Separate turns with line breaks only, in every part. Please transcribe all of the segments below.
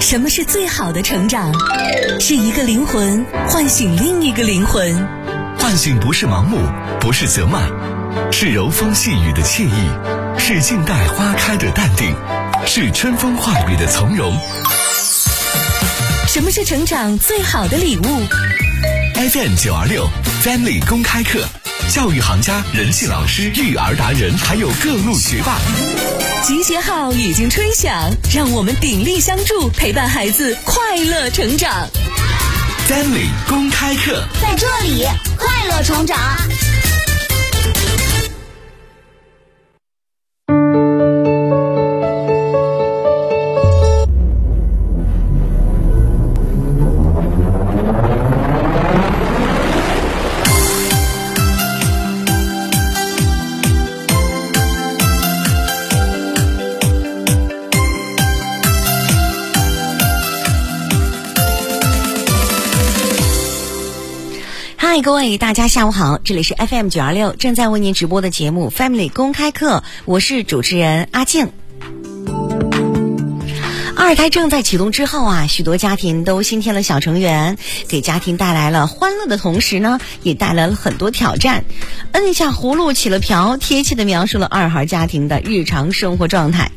什么是最好的成长？是一个灵魂唤醒另一个灵魂，
唤醒不是盲目，不是责骂，是柔风细雨的惬意，是静待花开的淡定，是春风化雨的从容。
什么是成长最好的礼物？
FM 九二六 Family 公开课，教育行家、人气老师、育儿达人，还有各路学霸，
集结号已经吹响，让我们鼎力相助，陪伴孩子快乐成长。
Family 公开课。
在这里快乐成长。
嗨，各位大家下午好，这里是 FM 九二六正在为您直播的节目《Family 公开课》，我是主持人阿静。二胎政在启动之后啊，许多家庭都新添了小成员，给家庭带来了欢乐的同时呢，也带来了很多挑战。摁下葫芦起了瓢，贴切的描述了二孩家庭的日常生活状态。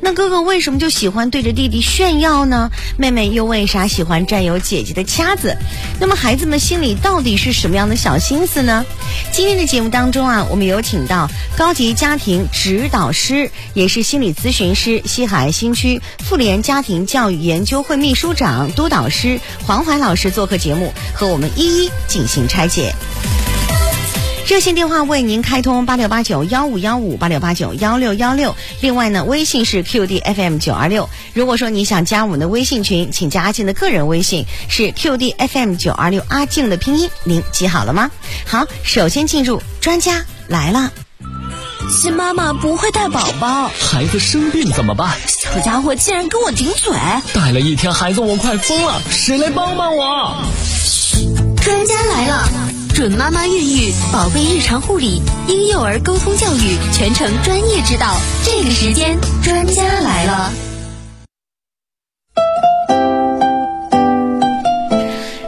那哥哥为什么就喜欢对着弟弟炫耀呢？妹妹又为啥喜欢占有姐姐的掐子？那么孩子们心里到底是什么样的小心思呢？今天的节目当中啊，我们有请到高级家庭指导师，也是心理咨询师，西海新区妇联。家庭教育研究会秘书长、督导师黄怀老师做客节目，和我们一一进行拆解。热线电话为您开通八六八九幺五幺五八六八九幺六幺六，另外呢，微信是 QDFM 九二六。如果说你想加我们的微信群，请加阿静的个人微信是 QDFM 九二六，阿静的拼音，您记好了吗？好，首先进入专家来了。
新妈妈不会带宝宝，
啊孩子生病怎么办？
小家伙竟然跟我顶嘴！
带了一天孩子，我快疯了，谁来帮帮我？
专家来了，准妈妈孕育、宝贝日常护理、婴幼儿沟通教育全程专业指导。这个时间，专家来了。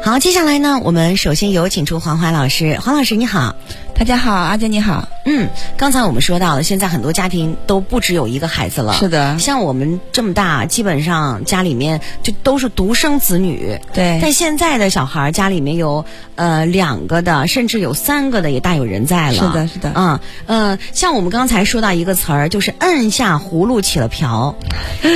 好，接下来呢，我们首先有请出黄华老师。黄老师，你好。
大家好，阿健你好。
嗯，刚才我们说到了，现在很多家庭都不只有一个孩
啊
子了。
是的
像我们这么大，基本上家里面就都是独生子女。
对
但现在的小孩儿家里面有呃两个的，甚至有三个的，也大有人在了。
是的是的
嗯呃，像我们刚才说到一个词儿，就是摁下葫芦起了 瓢。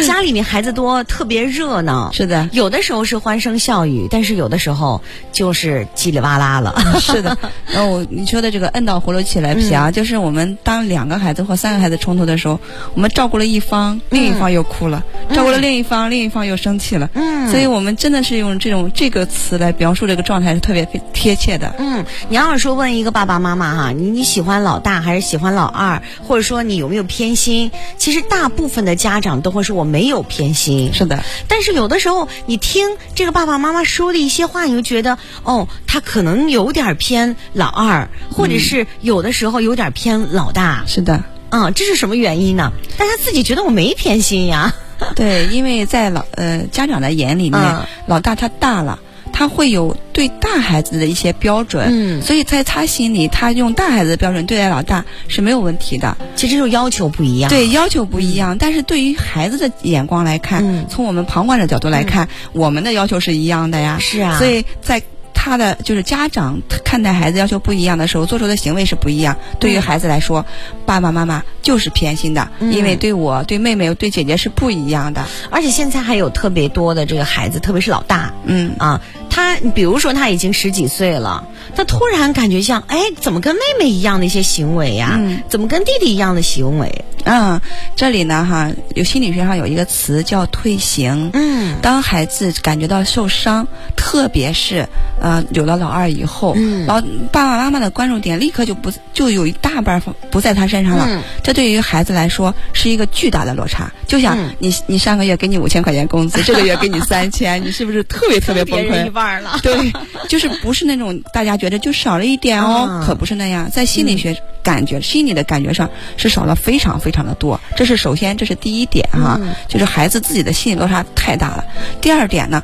家里面孩子多，特别热闹。
是的
有的时候是欢声笑语，但是有的时候就是叽里哇啦了。
是的， 然后我你说的这个摁到葫芦起
嗯
来瓢，就是我们当两个孩子或三个孩子冲突的时候，我们照顾了一
嗯
方，另一方又哭了；照顾了另一方，另一方又生气了。
嗯
所以我们真的是用这种这个词来描述这个状态是特别贴切的。
嗯，你要是说问一个爸爸妈妈哈、你你喜欢老大还是喜欢老二，或者说你有没有偏心？其实大部分的家长都会说我没有偏心，
是的，
但是有的时候你听这个爸爸妈妈说的一些话，你就觉得哦，他可能有点偏老二，或者是有的时候有点偏老大，
是的。
嗯，这是什么原因呢？但他自己觉得我没偏心呀，
对，因为在老呃家长的眼里面，
嗯
老大他大了。他会有对大孩子的一些标准，
嗯
所以在他心里，他用大孩子的标准对待老大是没有问题的。
其实就要求不一样。，
对，要求不一样，但是对于孩子的眼光来看，
嗯
从我们旁观者角度来看，我们的要求是一样的呀。
是啊
所以在他的就是家长看待孩子要求不一样的时候，做出的行为是不一样。对
嗯
于孩子来说，爸爸妈妈就是偏心的，因为对我、对妹妹、对姐姐是不一样的。
而且现在还有特别多的这个孩子，特别是老大，
嗯，
啊，他比如说他已经十几岁了，他突然感觉像，哎，怎么跟妹妹一样的一些行为呀、
嗯
怎么跟弟弟一样的行为？
嗯，这里呢哈，有心理学上有一个词叫退行。
嗯
当孩子感觉到受伤，特别是呃有了老二以后，
嗯
老爸爸妈妈的关注点立刻就不就有一大半儿放不在他身上了。
嗯
这对于孩子来说是一个巨大的落差。就像
嗯
你、你上个月给你五千块钱工资，这个月给你三千，你是不是特别特别崩
分别人一
溃？
半
儿了。
对，就是不是那种大家觉得就少了一点哦，
啊
可不是那样，在心理学感觉、心理的感觉上是少了非常非常的多。这是首先，这是第一点哈、就是孩子自己的心理落差太大了。第二点呢，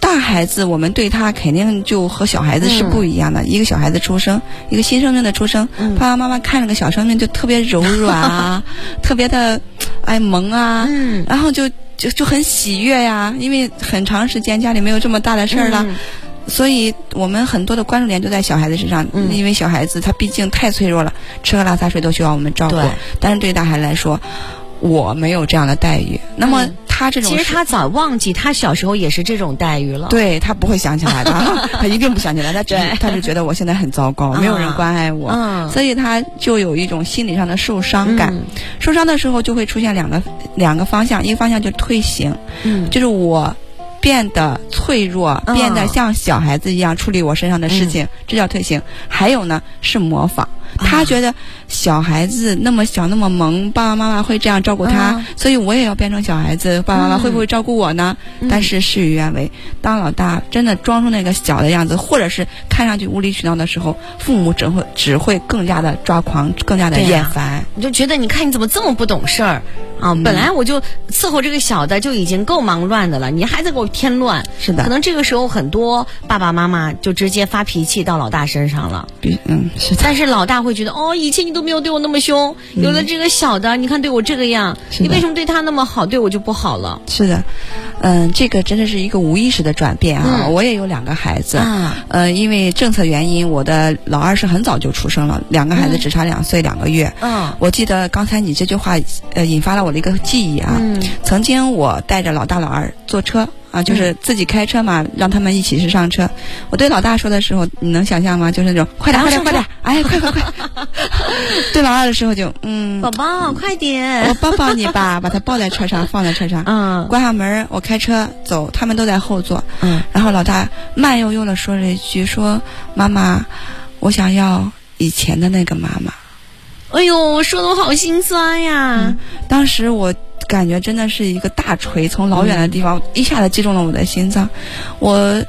大孩子我们对他肯定就和小孩子是不一样的。一个小孩子出生，一个新生命的出生，爸爸妈妈看着个小生命就特别柔软啊，特别的哎萌啊，
嗯
然后就就就很喜悦呀、因为很长时间家里没有这么大的事儿了。
嗯
所以我们很多的关注点都在小孩子身上，
嗯
因为小孩子他毕竟太脆弱了，吃喝拉撒睡都需要我们照顾
对。
但是对于大孩子来说，我没有这样的待遇。那么
嗯
他这种
其实
是
他早忘记他小时候也是这种待遇了。，
对他不会想起 来的，他一定不想起来。他只是他是觉得我现在很糟糕，没有人关爱我，
嗯
所以他就有一种心理上的受伤感。
嗯
受伤的时候就会出现两个两个方向，一个方向就是退行，
嗯
就是我变得脆弱，
嗯
变得像小孩子一样处理我身上的事情，这叫退行。还有呢是模仿。
啊
他觉得小孩子那么小那么萌，爸爸妈妈会这样照顾他，
啊
所以我也要变成小孩子，爸爸妈妈
嗯
会不会照顾我呢？
嗯
但是事与愿违，当老大真的装出那个小的样子，或者是看上去无理取闹的时候，父母只会只会更加的抓狂，更加的
对啊
厌烦。
你就觉得你看你怎么这么不懂事儿啊！
嗯
本来我就伺候这个小的就已经够忙乱的了，你还在给我添乱。
是的
可能这个时候很多爸爸妈妈就直接发脾气到老大身上了。
比嗯是 的，
但是老大会觉得，哦，以前你都没有对我那么凶，有
嗯
了这个小的，你看对我这个样，
是的
你为什么对他那么好，对我就不好了？
是的，嗯，这个真的是一个无意识的转变啊！我也有两个孩子，
嗯啊，
呃，因为政策原因，我的老二是很早就出生了，两个孩子只差两岁两个月。
嗯
我记得刚才你这句话，呃，引发了我的一个记忆啊。
嗯
曾经我带着老大、老二坐车啊，
嗯
就是自己开车嘛，让他们一起去上车。我对老大说的时候，你能想象吗？就是那种快点、
赶
快点、快
快上
点，哎，快快快！ 对老二的时候就嗯，
宝宝快
我
点，
抱抱你吧，把 他抱在车上，放在车上。
嗯
关上门儿，我开车走，他们都在后座。
嗯，
然后老大慢悠悠的说了一句：“说妈妈，我想要以前的那个妈妈。
哎呦，说的我好心酸呀，”
当时我感觉真的是一个大锤从老远的地
嗯
方、一下子击中了我的心脏。我，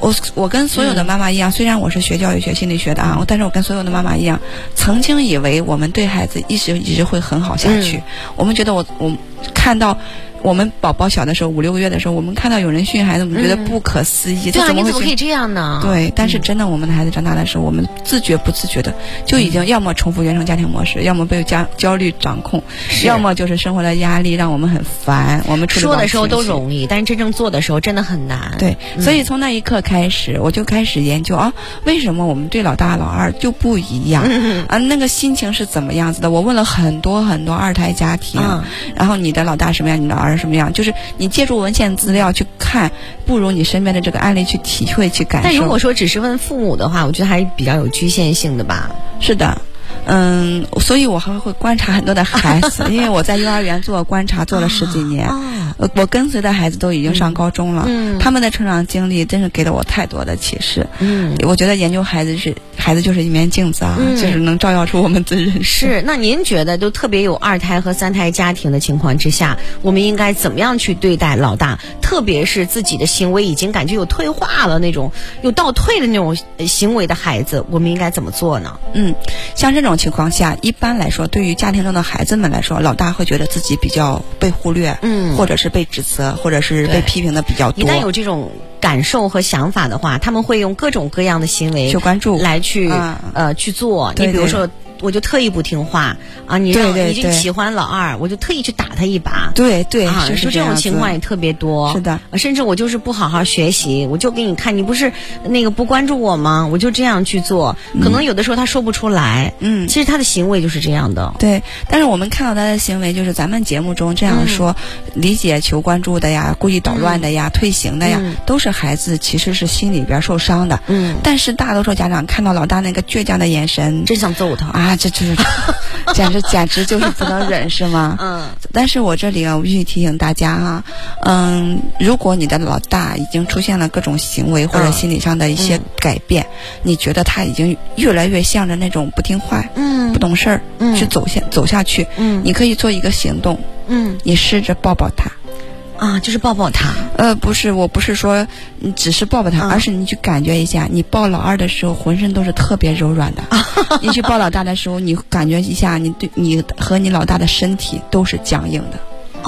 我，我跟所有
嗯
的妈妈一样，虽然我是学教育学心理学的啊，但是我跟所有的妈妈一样，曾经以为我们对孩子一直一直会很好下
嗯
去，我们觉得我我看到。我们宝宝小的时候，五六个月的时候，我们看到有人训孩子，我们觉得
嗯
不可思议，
对
这
啊，
怎么
你
会
怎么
这
可以啊嗯这样呢？，
对，但是真的，我们的孩子长大的时候，我们自觉不自觉的就
嗯
已经要么重复原生家庭模式，要么被焦焦虑掌控，要么就是生活的压力让我们很烦，我们处理不
说
好
的时候
情
都嗯
绪。
容易，但是真正做的时候真的很难。，
对，所以从那一刻开始，我就开始研究啊，为什么我们对老大、老二就不一样
嗯
啊？那个心情是怎么样子的？我问了很多很多二胎家庭，
嗯
然后你的老大什么样，你的老二什么样，就是你借助文献资料去看，不如你身边的这个案例去体会、去感受。
但如果说只是问父母的话，我觉得还比较有局限性的吧。
是的，嗯，所以我还会观察很多的孩 子，因为我在幼儿园做观察做了十几年，
啊，
呃我跟随的孩子都已经上高中了，
嗯
他们的成长经历真是给了我太多的启示。
嗯，
我觉得研究孩子是孩子就是一面镜子啊，
嗯
就是能照耀出我们的人生。
是，那您觉得就特别有二胎和三胎家庭的情况之下，我们应该怎么样去对待老大？特别是自己的行为已经感觉有退化了那种，有倒退的那种呃行为的孩子，我们应该怎么做呢？
嗯，像这种情况下，一般来说，对于家庭中的孩子们来说，老大会觉得自己比较被忽略，
嗯
或者是被指责，或者是
对
被批评的比较
一
多。
旦有这种感受和想法的话，他们会用各种各样的行为
去关注
来去、
啊
呃去做。
对
你比如
对
说，我就特意不听话啊，你
对
让
对
你就
对
喜欢老二，我就特意去打他一把。
对对，
啊，
就是
说这种
样
情
子
况也特别多。
是的，
甚至我就是不好好学习，我就给你看，你不是那个不关注我吗？我就这样去做，可能有的时候他说不出来，
嗯
其实他的行为就是这样的。
对，但是我们看到他的行为，就是咱们节目中这样
嗯
说，理解求关注的呀，故意捣乱的呀，退行的呀，
嗯
都是孩子其实是心里边受伤的。
嗯，
但是大多数家长看到老大那个倔强的眼神，
真想揍他。
啊，这就是 简直简直就是不能忍，是吗？
嗯，
但是我这里啊，我必须提醒大家哈、啊嗯，如果你的老大已经出现了各种行为或者
嗯
心理上的一些改变，你觉得他已经越来越向着那种不听话、
嗯
不懂事儿、
嗯
去走下走下去，
嗯
你可以做一个行动，
嗯
你试着抱抱他，
啊，就是抱抱他。
呃，不是，我不是说你只是抱抱他，
嗯
而是你去感觉一下，你抱老二的时候浑身都是特别柔软的，你去抱老大的时候，你感觉一下，你对你和你老大的身体都是僵硬的，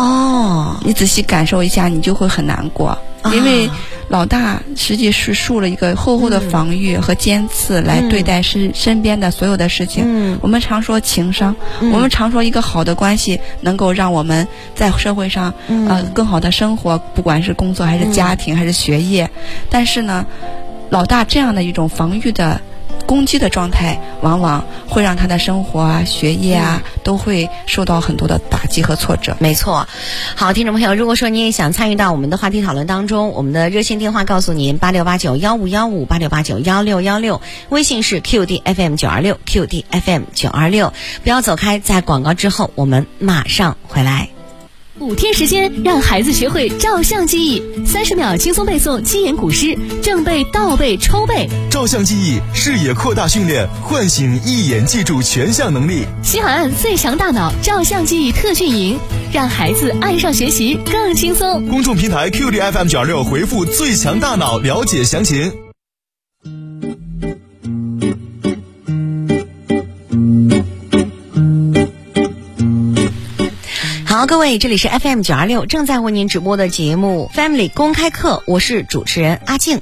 哦，
你仔细感受一下，你就会很难过，因为老大实际是树了一个厚厚的防御和尖刺来对待身身边的所有的事情。
嗯
我们常说情商，
嗯
我们常说一个好的关系能够让我们在社会上、
嗯
呃更好的生活，不管是工作还是家庭、还是学业。但是呢，老大这样的一种防御的攻击的状态，往往会让他的生活啊、学业啊、都会受到很多的打击和挫折。
没错，好，听众朋友，如果说你也想参与到我们的话题讨论当中，我们的热线电话告诉您八六八九幺五幺五八六八九幺六幺六，微信是 QDFM 九二六 QDFM 九二六，不要走开，在广告之后我们马上回来。
五天时间，让孩子学会照相记忆，三十秒轻松背诵七言古诗，正背、倒背、抽背。
照相记忆、视野扩大训练，唤醒一眼记住全项能力。
西海岸最强大脑照相记忆特训营，让孩子爱上学习更轻松。
公众平台 QD FM 九二六回复“最强大脑”了解详情。
好，各位，这里是 FM 九二六正在为您直播的节目《Family 公开课》，我是主持人阿静。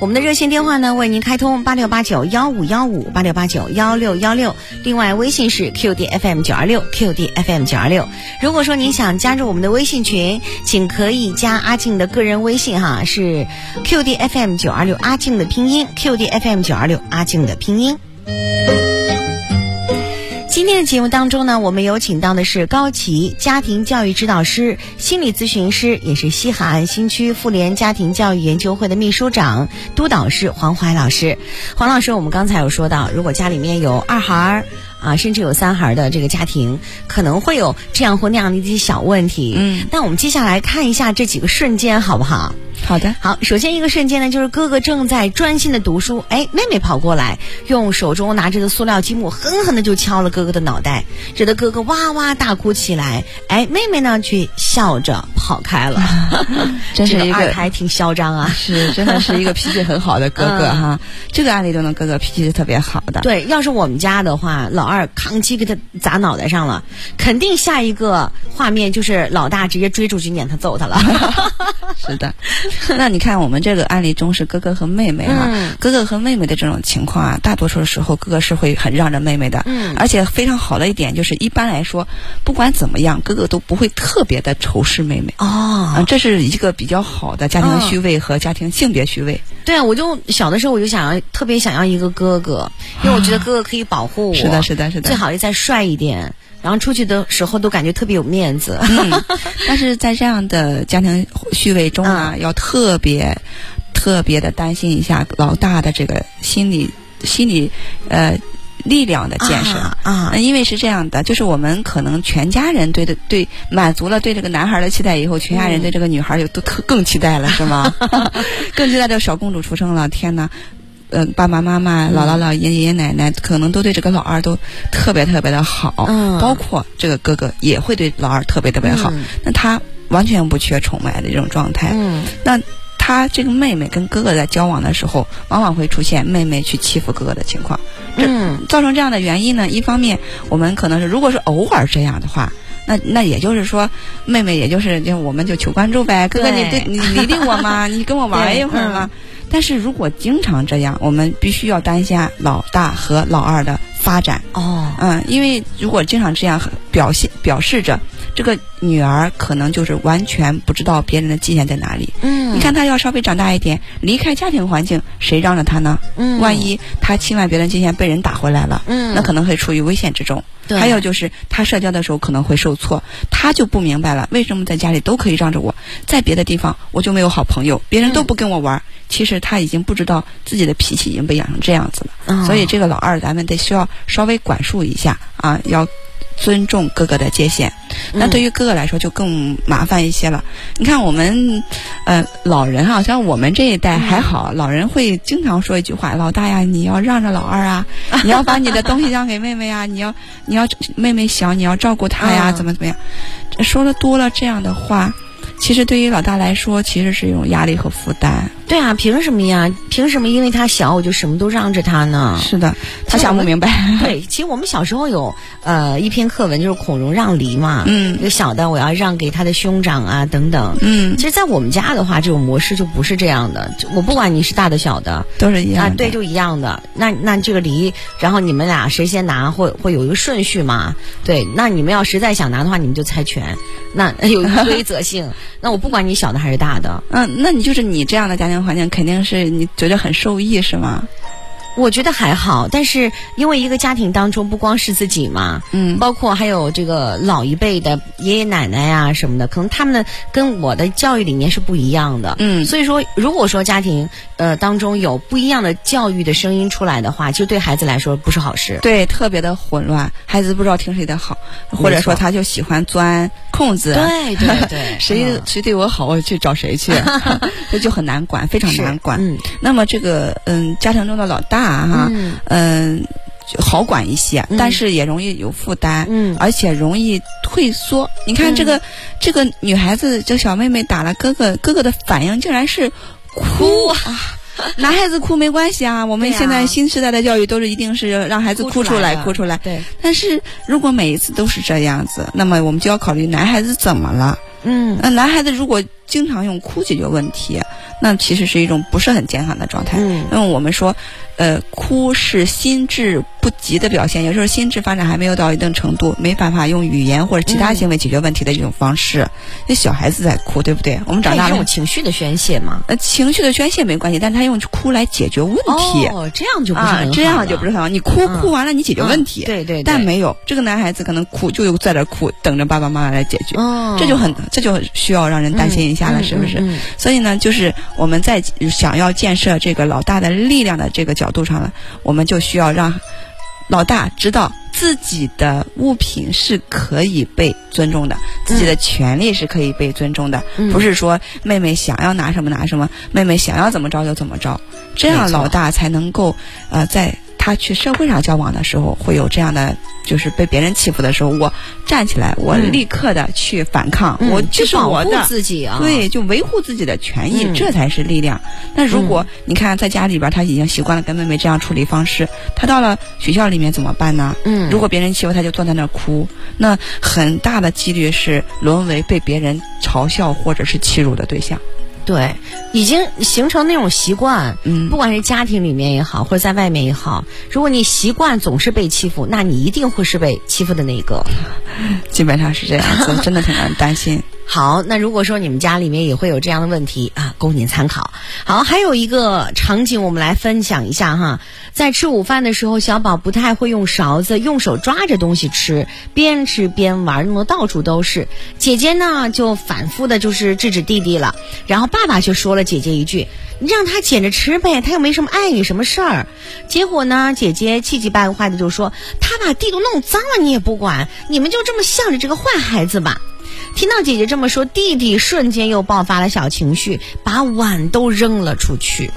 我们的热线电话呢，为您开通八六八九幺五幺五八六八九幺六幺六，另外微信是 QDFM 九二六 QDFM 九二六。如果说您想加入我们的微信群，请可以加阿静的个人微信哈，是 QDFM 九二六阿静的拼音，QDFM 九二六阿静的拼音。今天的节目当中呢，我们有请到的是高奇，家庭教育指导师、心理咨询师，也是西海岸新区妇联家庭教育研究会的秘书长、督导师黄怀老师。黄老师，我们刚才有说到，如果家里面有二孩儿啊，甚至有三孩儿的这个家庭，可能会有这样或那样的一些小问题。
嗯，
那我们接下来看一下这几个瞬间，好不好？
好的。
好，首先一个瞬间呢，就是哥哥正在专心的读书，哎，妹妹跑过来，用手中拿着的塑料积木狠狠的就敲了哥哥的脑袋，惹得哥哥哇哇大哭起来。哎，妹妹呢却笑着跑开了，
啊真是
这
一个
二胎挺嚣 张啊。
是，真的是一个脾气很好的哥哥
嗯
哈。这个案例中的哥哥脾气是特别好的。
对，要是我们家的话，老二扛鸡给他砸脑袋上了，肯定下一个画面就是老大直接追出去撵他揍他 了。
是的， 那你看我们这个案例中是哥哥和妹妹哈、
嗯
哥哥和妹妹的这种情况啊，大多数时候哥哥是会很让着妹妹的，
嗯
而且非常好的一点就是，一般来说，不管怎么样，哥哥都不会特别的仇视妹妹。
哦
嗯，这是一个比较好的家庭序位和家庭性别序位。
对啊，我就小的时候我就想要特别想要一个哥哥，因为我觉得哥哥可以保护我。
是的，是的，是的。
哦最好也再帅一点，然后出去的时候都感觉特别有面子。
嗯，但是在这样的家庭序位中啊，
嗯
要特别特别的担心一下老大的这个心理心理呃力量的建设。
啊啊
呃因为是这样的，就是我们可能全家人对的对满足了对这个男孩的期待以后，全家
嗯
人对这个女孩就都特更期待了，是 吗？更期待这个小公主出生了，天呐！呃，爸爸妈妈、姥姥
嗯
姥爷、爷爷奶奶，可能都对这个老二都特别特别的好，
嗯
包括这个哥哥也会 对老二特别特别好。哎
嗯
那他完全不缺宠爱的这种状态。
嗯
那他这个妹妹跟哥哥在交往的时候，往往会出现妹妹去欺负哥哥的情况。这
嗯
造成这样的原因呢，一方面我们可能是如果是偶尔这样的话。那那也就是说，妹妹也就是就我们就求关注呗，哥哥你
对
对你你理理我嘛，你跟我玩一会儿嘛。但是如果经常这样，我们必须要担心啊老大和老二的发展。
哦
嗯，因为如果经常这样表现表示着，这个女儿可能就是完全不知道别人的界限在哪里。
嗯
你看她要稍微长大一点，离开家庭环境，谁让着她呢？
嗯
万一她侵犯别人界限被人打回来了，
嗯
那可能会处于危险之中。
对
还有就是她社交的时候可能会受挫，她就不
嗯
明白了，为什么在家里都可以让着我，在别的地方我就没有好朋友，别人都不跟我玩儿，其实他已经不知道自己的脾气已经被养成这样子了。
嗯
所以这个老二咱们得需要稍微管束一下啊，要尊重哥哥的界限。那对于哥哥来说就更麻烦一些了。你看我们，呃，老人哈、像我们这一代还好，老人会经常说一句话：“老大呀，你要让着老二啊，你要把你的东西让给妹妹啊，你要你要妹妹小，你要照顾她呀，
嗯
怎么怎么样。”说的多了这样的话。其实对于老大来说，其实是一种压力和负担。
对啊，凭什么呀？凭什么因为他小我就什么都让着他呢？
是的，啊他
其实
想
我
不
们
明白。
对，其实我们小时候有呃一篇课文就是孔融让梨嘛，
嗯
就小的我要让给他的兄长啊等等。
嗯
其，实，在我们家的话，这种模式就不是这样的。就我不管你是大的小的
都是一样
啊
的。，
对，就一样的。那那这个梨，然后你们俩谁先拿，会会有一个顺序嘛？对，那你们要实在想拿的话，你们就猜拳，那 有规则性。那我不管你小的还是大的，
嗯，那你就是你这样的家庭环境，肯定是你觉得很受益，是吗？
我觉得还好。但是因为一个家庭当中不光是自己嘛，
嗯，
包括还有这个老一辈的爷爷奶奶呀、什么的，可能他们的跟我的教育理念是不一样的。
嗯
所以说，如果说家庭呃当中有不一样的教育的声音出来的话，其实对孩子来说不是好事。
对，特别的混乱，孩子不知道听谁的好，或者说他就喜欢钻空子。
对对对
谁、
嗯
谁对我好，我去找谁 去，这就很难管，非常难管。
嗯
那么这个嗯，家庭中的老大啊哈、
嗯
嗯，就好管一些，
嗯
但是也容易有负担，
嗯
而且容易退缩。你看这个、这个女孩子，这个小妹妹打了哥哥，哥哥的反应竟然是哭啊。 男孩子哭没关系啊，我们
对啊
现在新时代的教育都是一定是让孩子
哭
哭
出
出
来
来，
的
哭出来。
对，
但是如果每一次都是这样子，那么我们就要考虑男孩子怎么了。
嗯
那男孩子如果经常用哭解决问题，那其实是一种不是很健康的状态。
嗯
因为我们说，呃，哭是心智不及的表现，也就是心智发展还没有到一定程度，没办法用语言或者其他行为解决问题的一种方式。那、小孩子在哭，对不对？我们长大
这
了
种，情绪的宣泄嘛。
呃，情绪的宣泄没关系，但他用哭来解决问题。
哦，这样就不是
啊
很，好
这样就
了
不是很好。你哭、
嗯
哭完了，你解决问题，
嗯对对，对
但没有这个男孩子可能哭，就在这哭，等着爸爸妈妈来解决。
哦，
这就很这就需要让人担心一下了，
嗯
是不是？
嗯嗯嗯
所以呢，就是我们在想要建设这个老大的力量的这个角度上呢，我们就需要让老大知道自己的物品是可以被尊重的，自己的权利是可以被尊重的，
嗯
不是说妹妹想要拿什么拿什么，妹妹想要怎么着就怎么着，这
没
样
错
老大才能够呃在。他去社会上交往的时候，会有这样的，就是被别人欺负的时候，我站起来，我
嗯
立刻的去反抗，
嗯
我
去
这是
保
我
护
的，
自己啊，
对，就维护自己的权益，
嗯
这才是力量。那如果你看在家里边，他已经习惯了跟妹妹这样处理方式，他到了学校里面怎么办呢？
嗯，
如果别人欺负他，就坐在那儿哭，那很大的几率是沦为被别人嘲笑或者是欺辱的对象。
对已经形成那种习惯，
嗯
不管是家庭里面也好，或者在外面也好，如果你习惯总是被欺负，那你一定会是被欺负的那一个。
基本上是这样子，真的挺让人担 心。
好，那如果说你们家里面也会有这样的问题啊，供您参考。好，还有一个场景，我们来分享一下哈，在吃午饭的时候，小宝不太会用勺子，用手抓着东西吃，边吃边玩，弄得到处都是。姐姐呢，就反复的就是制止弟弟了，然后爸爸就说了姐姐一句：“你让他捡着吃呗，他又没什么碍你什么事儿。”结果呢，姐姐气急败坏的就说：“他把地都弄脏了，你也不管，你们就这么向着这个坏孩子吧。”听到姐姐这么说，弟弟瞬间又爆发了小情绪，把碗都扔了出去。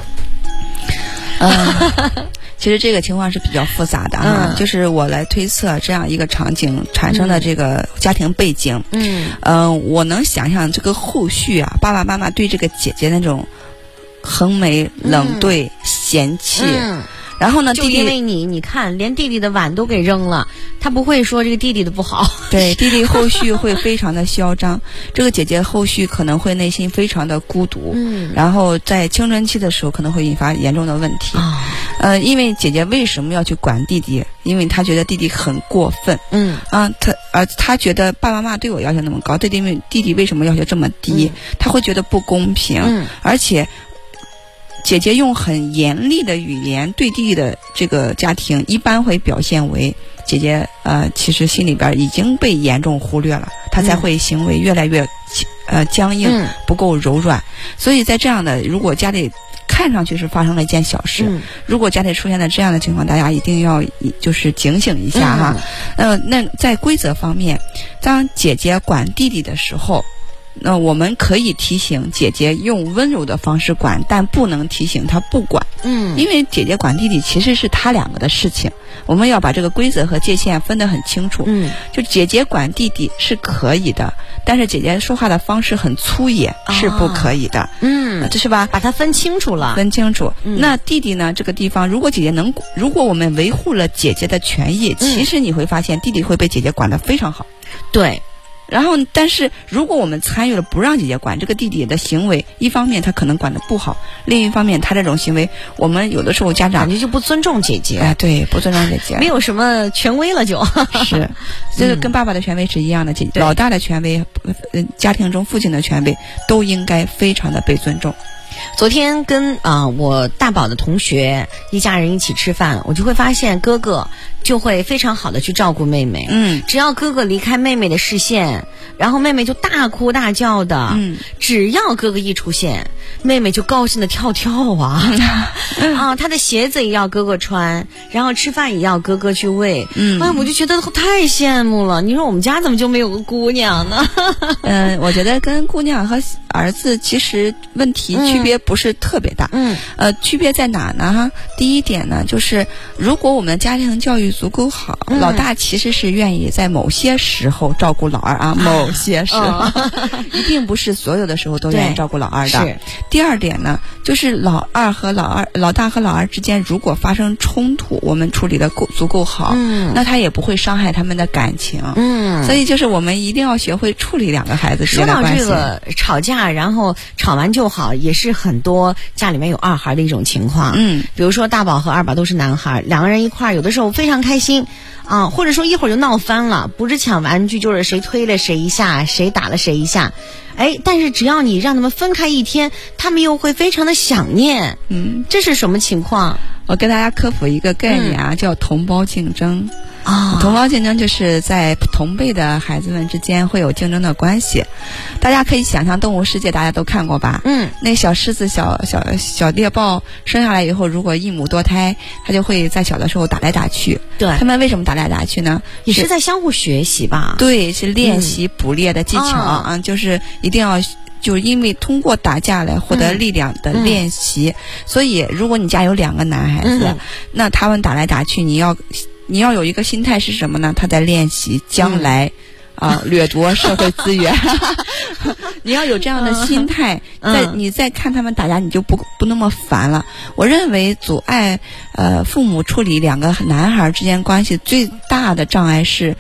其实这个情况是比较复杂的啊，
嗯
就是我来推测这样一个场景产生的这个家庭背景。
嗯
嗯、我能想象这个后续啊，爸爸妈妈对这个姐姐那种横眉冷对、嫌弃，
嗯，
然后呢，
就
弟
因
弟
为你，你看，连弟弟的碗都给扔了，他不会说这个弟弟的不好。
对弟弟后续会非常的嚣张， 这个姐姐后续可能会内心非常的孤独。
嗯
然后在青春期的时候，可能会引发严重的问题。
啊，
呃，因为姐姐为什么要去管弟弟？因为她觉得弟弟很过分
嗯
啊，她而她觉得爸爸妈妈对我要求那么高，对弟弟弟弟为什么要求这么低？她会觉得不公平。
嗯
而且姐姐用很严厉的语言对弟弟的这个家庭，一般会表现为姐姐呃，其实心里边已经被严重忽略了，她才
嗯
会行为越来越呃僵硬，
嗯
不够柔软。所以在这样的如果家里看上去是发生了一件小事，
嗯
如果家里出现了这样的情况，大家一定要以就是警醒一
啊嗯
下哈。呃，那在规则方面，当姐姐管弟弟的时候。那我们可以提醒姐姐用温柔的方式管，但不能提醒她不管，
嗯
因为姐姐管弟弟其实是他两个的事情。我们要把这个规则和界限分得很清楚。
嗯
就姐姐管弟弟是可以的，但是姐姐说话的方式很粗野是不可以的，
啊嗯，
这是吧？
把它分清楚了。
分清楚。
嗯
那弟弟呢？这个地方，如果姐姐能，如果我们维护了姐姐的权益，
嗯
其实你会发现弟弟会被姐姐管得非常好。
对，
然后，但是如果我们参与了不让姐姐管这个弟弟的行为，一方面他可能管得不好，另一方面他这种行为，我们有的时候家
感
长
觉就不尊重姐姐，
哎对不尊重姐姐，
啊没有什么权威了就。
是，这个跟爸爸的权威是一样的，姐
对
老大的权威，呃，家庭中父亲的权威都应该非常的被尊重。
昨天跟啊、呃我大宝的同学一家人一起吃饭，我就会发现哥哥就会非常好的去照顾妹妹。
嗯
只要哥哥离开妹妹的视线，然后妹妹就大哭大叫的。
嗯，
只要哥哥一出现，妹妹就高兴的跳跳啊 啊！她的鞋子也要哥哥穿，然后吃饭也要哥哥去喂。
嗯
哎，我就觉得太羡慕了。你说我们家怎么就没有个姑娘 呢？
嗯，我觉得跟姑娘和儿子其实问题区别不是特别大。
嗯
呃，区别在哪呢？哈，第一点呢，就是如果我们的家庭教育足够好，
嗯
老大其实是愿意在某些时候照顾老二 啊，某些时候， 一定不是所有的时候都愿意
哦对
照顾老二的。
是，
第二点呢，就是老二和老二、老大和老二之间如果发生冲突，我们处理的够足够好，
嗯
那他也不会伤害他们的感情。
嗯。
所以就是我们一定要学会处理两个孩子之
说
间的
到
关系。啊
这个吵架，然后吵完就好，也是很多家里面有二孩的一种情况。
嗯，
比如说大宝和二宝都是男孩，两个人一块儿，有的时候非常开心，啊，或者说一会儿就闹翻了，不是抢玩具就是谁推了谁一下，谁打了谁一下，哎，但是只要你让他们分开一天，他们又会非常的想念，
嗯，
这是什么情况
我跟大家科普一个概念啊，叫同胞竞争。
啊？
同胞竞争就是在同辈的孩子们之间会有竞争的关系。大家可以想象《动物世界》，大家都看过吧？
嗯，
那小狮子、小小小猎豹生下来以后，如果一母多胎，它就会在小的时候打来打去。
对
它，们为什么打来打去呢？
也是在相互学习吧？
对，是练习捕猎的技巧、
啊
啊，就是一定要。就是因为通过打架来获得
嗯
力量的
嗯
练习，所以如果你家有两个男孩子，
嗯
那他们打来打去，你要你要有一个心态是什么呢？他在练习将
嗯
来。啊，掠夺社会资 源，你要有这样的心态，
嗯
在你再看他们打架，你就不不那么烦了。我认为阻碍呃父母处理两个男孩之间关系最大的障碍是，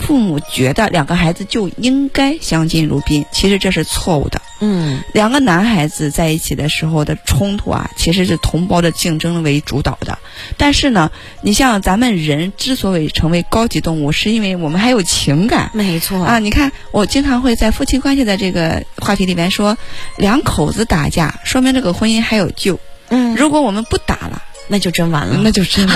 父母觉得两个孩子就应该相敬如宾，其实这是错误的。
嗯
两个男孩子在一起的时候的冲突啊，其实是同胞的竞争为主导的。但是呢，你像咱们人之所以成为高级动物，是因为我们还有情感。
没错
啊，你看，我经常会在夫妻关系的这个话题里面说，两口子打架，说明这个婚姻还有救。
嗯，
如果我们不打了，
那就真完了。
那就 真的，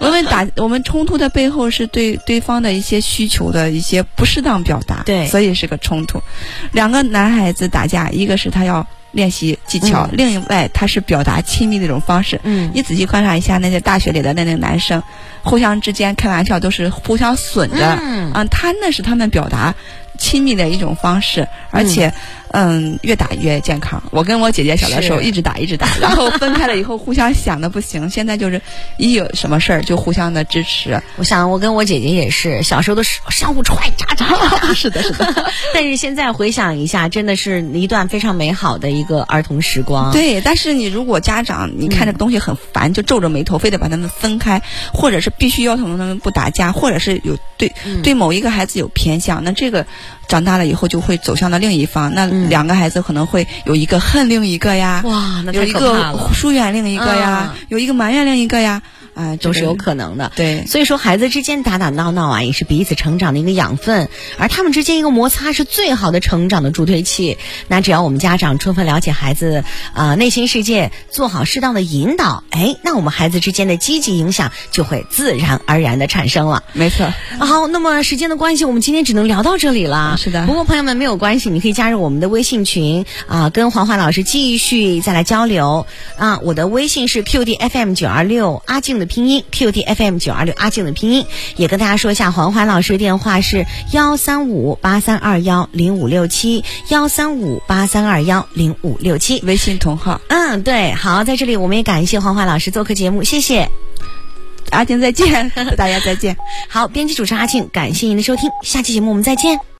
我们打我们冲突的背后是对对方的一些需求的一些不适当表达，
对
所以是个冲突。两个男孩子打架，一个是他要练习技巧，另外他是表达亲密的一种方式。
嗯，
你仔细观察一下那些大学里的那那个男生，互相之间开玩笑都是互相损的，
嗯
啊，他那是他们表达亲密的一种方式，而且，嗯，越打越健康。我跟我姐姐小的时候
是
一直打一直打，然后分开了以后互相想的不行，现在就是一有什么事儿就互相的支持。
我想我跟我姐姐也是，小时候都是相互踹渣渣。
哦是的，是的，
但是现在回想一下，真的是一段非常美好的一个儿童时光。，
对。但是你如果家长你看这东西很烦，就皱着眉头，非得把他们分开，或者是必须要求他们不打架，或者是有对、
嗯
对某一个孩子有偏向，那这个长大了以后就会走向了另一方，那
嗯
两个孩子可能会有一个恨另一个呀，
哇，那
有
太
一
可
个
怕了，
疏远另一个呀，有一个埋怨另一个呀，啊、这
都
个
是有可能的。
对。
所以说，孩子之间打打闹闹啊，也是彼此成长的一个养分，而他们之间一个摩擦是最好的成长的助推器。那只要我们家长充分了解孩子呃内心世界，做好适当的引导，哎，那我们孩子之间的积极影响就会自然而然的产生了。
没错，
好，那么时间的关系，我们今天只能聊到这里啦。啊。
是的
不过朋友们没有关系，你可以加入我们的微信群啊，跟黄华老师继续再来交流啊。我的微信是 QDFM 九二六阿静的拼音，QDFM 九二六阿静的拼音。也跟大家说一下，黄华老师的电话是幺三五八三二幺零五六七，幺三五八三二幺零五六七。
微信同号，
嗯，对，好，在这里我们也感谢黄华老师做客节目，谢谢。
阿静再见，大家再见。
好，编辑主持阿庆，感谢您的收听，下期节目我们再见。